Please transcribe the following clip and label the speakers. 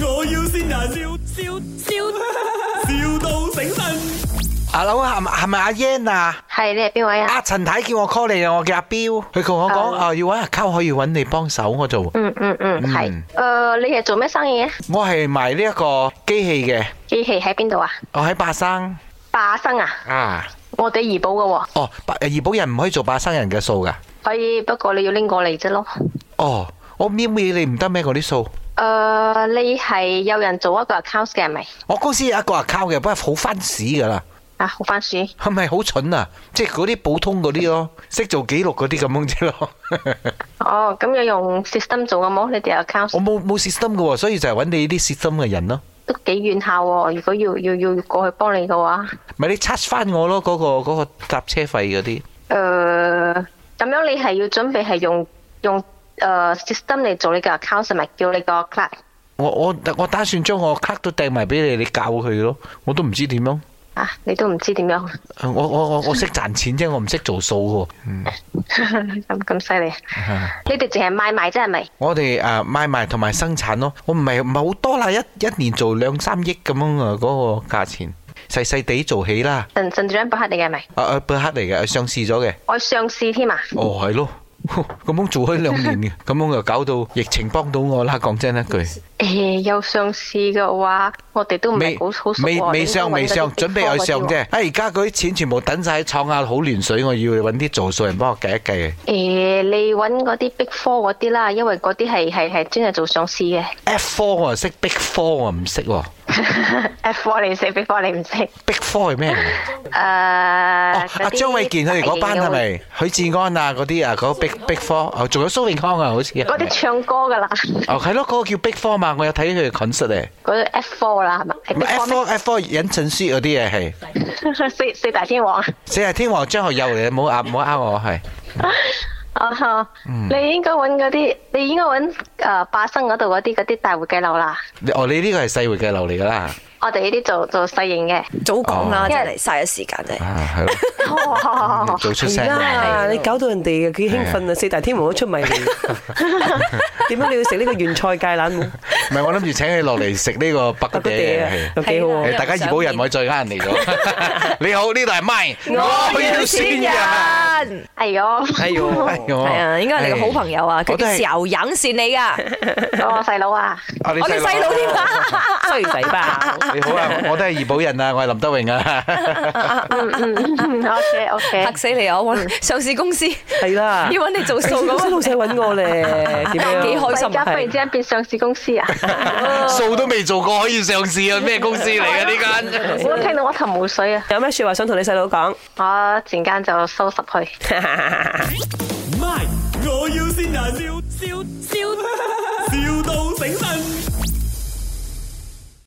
Speaker 1: 要先人，笑笑笑，, 笑到醒神。
Speaker 2: 阿佬係咪係咪阿 Yan 啊？
Speaker 3: 係你係邊位啊？
Speaker 2: 阿陳太叫我 call 你啊，我叫阿彪，佢同我講
Speaker 3: 啊
Speaker 2: 啊，要揾阿溝可以揾你幫手，我就
Speaker 3: 嗯嗯嗯，係。誒，你係做咩生意嘅？
Speaker 2: 我係賣呢一個機器嘅，
Speaker 3: 機器喺邊度啊？
Speaker 2: 我喺巴生
Speaker 3: 霸生啊，
Speaker 2: 啊，
Speaker 3: 我哋怡寶嘅喎，
Speaker 2: 哦，巴怡保人唔可以做巴生人嘅數噶，
Speaker 3: 可以，不過你要拎過嚟啫咯。
Speaker 2: 哦，我搣搣你唔得咩嗰啲數。
Speaker 3: 誒，呃你係有人做一個 account 嘅係咪？
Speaker 2: 我公司有一個 account 嘅，不過好番屎噶啦，
Speaker 3: 啊，好番薯。
Speaker 2: 係咪好蠢啊？即係嗰啲普通嗰啲咯，識做記錄嗰啲咁樣啫咯。
Speaker 3: 哦，咁要用 system 做嘅冇？你哋 account
Speaker 2: 我冇冇 system 嘅喎，所以就係揾你啲 system 嘅人咯。
Speaker 3: 都幾遠下喎。如果要要要過去幫你嘅話，
Speaker 2: 咪你 charge 翻我咯，嗰、個嗰、個搭車費嗰啲。
Speaker 3: 誒，呃咁樣你係要準備係用用誒 system 嚟做你嘅 account 係咪？叫你個 client。
Speaker 2: 我我我打算將我 card 都掟埋俾你，你教佢咯。我都唔知點樣。
Speaker 3: 啊！你都唔知點樣
Speaker 2: 我我我我識賺錢啫，我唔識做數
Speaker 3: 咁咁犀利，
Speaker 2: 喎。
Speaker 3: 你哋淨係買賣啫係咪？
Speaker 2: 我哋誒買賣同埋生產咯，我唔係唔係好多啦，一一年做兩三億咁樣啊，嗰、個價錢細細地做起啦。
Speaker 3: 神神主任不克你嘅係咪？
Speaker 2: 啊啊，貝克嚟嘅，上市咗嘅。
Speaker 3: 我上市添啊！
Speaker 2: 哦，係咯，咁樣做開兩年嘅，咁樣就搞到疫情幫到我啦。講真一句，
Speaker 3: 诶、有上市嘅話，我哋都唔
Speaker 2: 未
Speaker 3: 係好好熟喎
Speaker 2: 未未上未上，準備去上。
Speaker 3: 你應該搵嗰啲地方嗰啲喎
Speaker 2: 啫。啊，而家嗰啲錢全部等晒喺廠啊，好亂水，我要揾啲做數人幫我計一計。
Speaker 3: 诶、你揾嗰啲 Big Four 嗰啲啦，因為嗰啲係係係專係做上市嘅。
Speaker 2: F 科我就識，Big 科我唔識喎。
Speaker 3: F four 你識，Big Four 你唔識。诶、
Speaker 2: Big 科係咩嚟嘅？哦，
Speaker 3: 嗰
Speaker 2: 阿
Speaker 3: 啲
Speaker 2: 張衛健佢哋嗰班係
Speaker 3: 係嘅？
Speaker 2: 咪？許志安啊嗰啲啊，嗰 Big Big 科，哦，仲有蘇永康啊，好似係
Speaker 3: 嗰
Speaker 2: 咪
Speaker 3: 啲唱歌㗎啦，
Speaker 2: 哦，係咯，嗰個叫 Big 科嘛，我有睇佢嘅 concert 咧。
Speaker 3: 嗰啲 F four 啦，係咪係
Speaker 2: 唔係
Speaker 3: Big
Speaker 2: F 科
Speaker 3: Four
Speaker 2: F 科引陳書嗰啲嘢係。
Speaker 3: 咩 四四大天王。
Speaker 2: 四日天王張學友嚟，唔好呃唔好呃我係。
Speaker 3: 啊哈！
Speaker 2: 嗯
Speaker 3: 你應該揾嗰啲，你應該揾誒霸生嗰度嗰啲嗰啲大活雞柳啦。
Speaker 2: 你哦，你呢個係細活嘅流嚟㗎啦。
Speaker 3: 我哋呢啲做做細型嘅。
Speaker 4: 早講啦，
Speaker 2: 哦
Speaker 4: 真係嘥咗時間啫。
Speaker 2: 啊，係咯，
Speaker 5: 哦
Speaker 2: 做出聲
Speaker 4: 而
Speaker 2: 啦。
Speaker 4: 家啊你搞到人哋幾興奮啊！四大天王都出 埋嚟，點解你要食呢個原菜芥蘭冇？
Speaker 2: 唔係，我諗住請你落嚟食呢個北
Speaker 4: 得
Speaker 2: 極
Speaker 4: 個地啊
Speaker 2: 嘅，，
Speaker 4: 又幾好
Speaker 2: 係
Speaker 4: 喎！
Speaker 2: 大家怡保人唔可以再呃人嚟咗。 你好，呢度係咪？我要先人。
Speaker 5: 人，
Speaker 3: 哎呦，
Speaker 2: 哎呦，哎
Speaker 5: 系
Speaker 2: 係
Speaker 5: 啊，應該係你嘅好朋友啊，佢
Speaker 2: 我都
Speaker 5: 叫
Speaker 2: 係
Speaker 5: 邵影善你噶，
Speaker 3: 我細佬啊，
Speaker 2: 啊你
Speaker 5: 我嘅細佬添啊。
Speaker 4: 衰仔吧，
Speaker 2: 你好啊，我都係怡保人啊，我係林德榮啊。
Speaker 3: 嗯嗯，OK
Speaker 5: 嚇
Speaker 3: OK，
Speaker 5: 死你啊！我揾上市公司要
Speaker 4: 係啦。
Speaker 5: 揾你做數
Speaker 4: 公司
Speaker 5: 咁
Speaker 4: 老細揾 我咧，點樣？
Speaker 5: 幾開心
Speaker 3: 而
Speaker 5: 啊
Speaker 3: 家忽然之
Speaker 4: 係
Speaker 3: 間變上市公司 啊！
Speaker 5: 哦
Speaker 2: 數都未做過，可以上市啊？咩公司嚟嘅呢 間？
Speaker 3: 我聽到我頭霧水啊！
Speaker 4: 有咩説話想同你細佬講？
Speaker 3: 我陣間就收拾佢。
Speaker 1: My，我要先人，笑笑笑。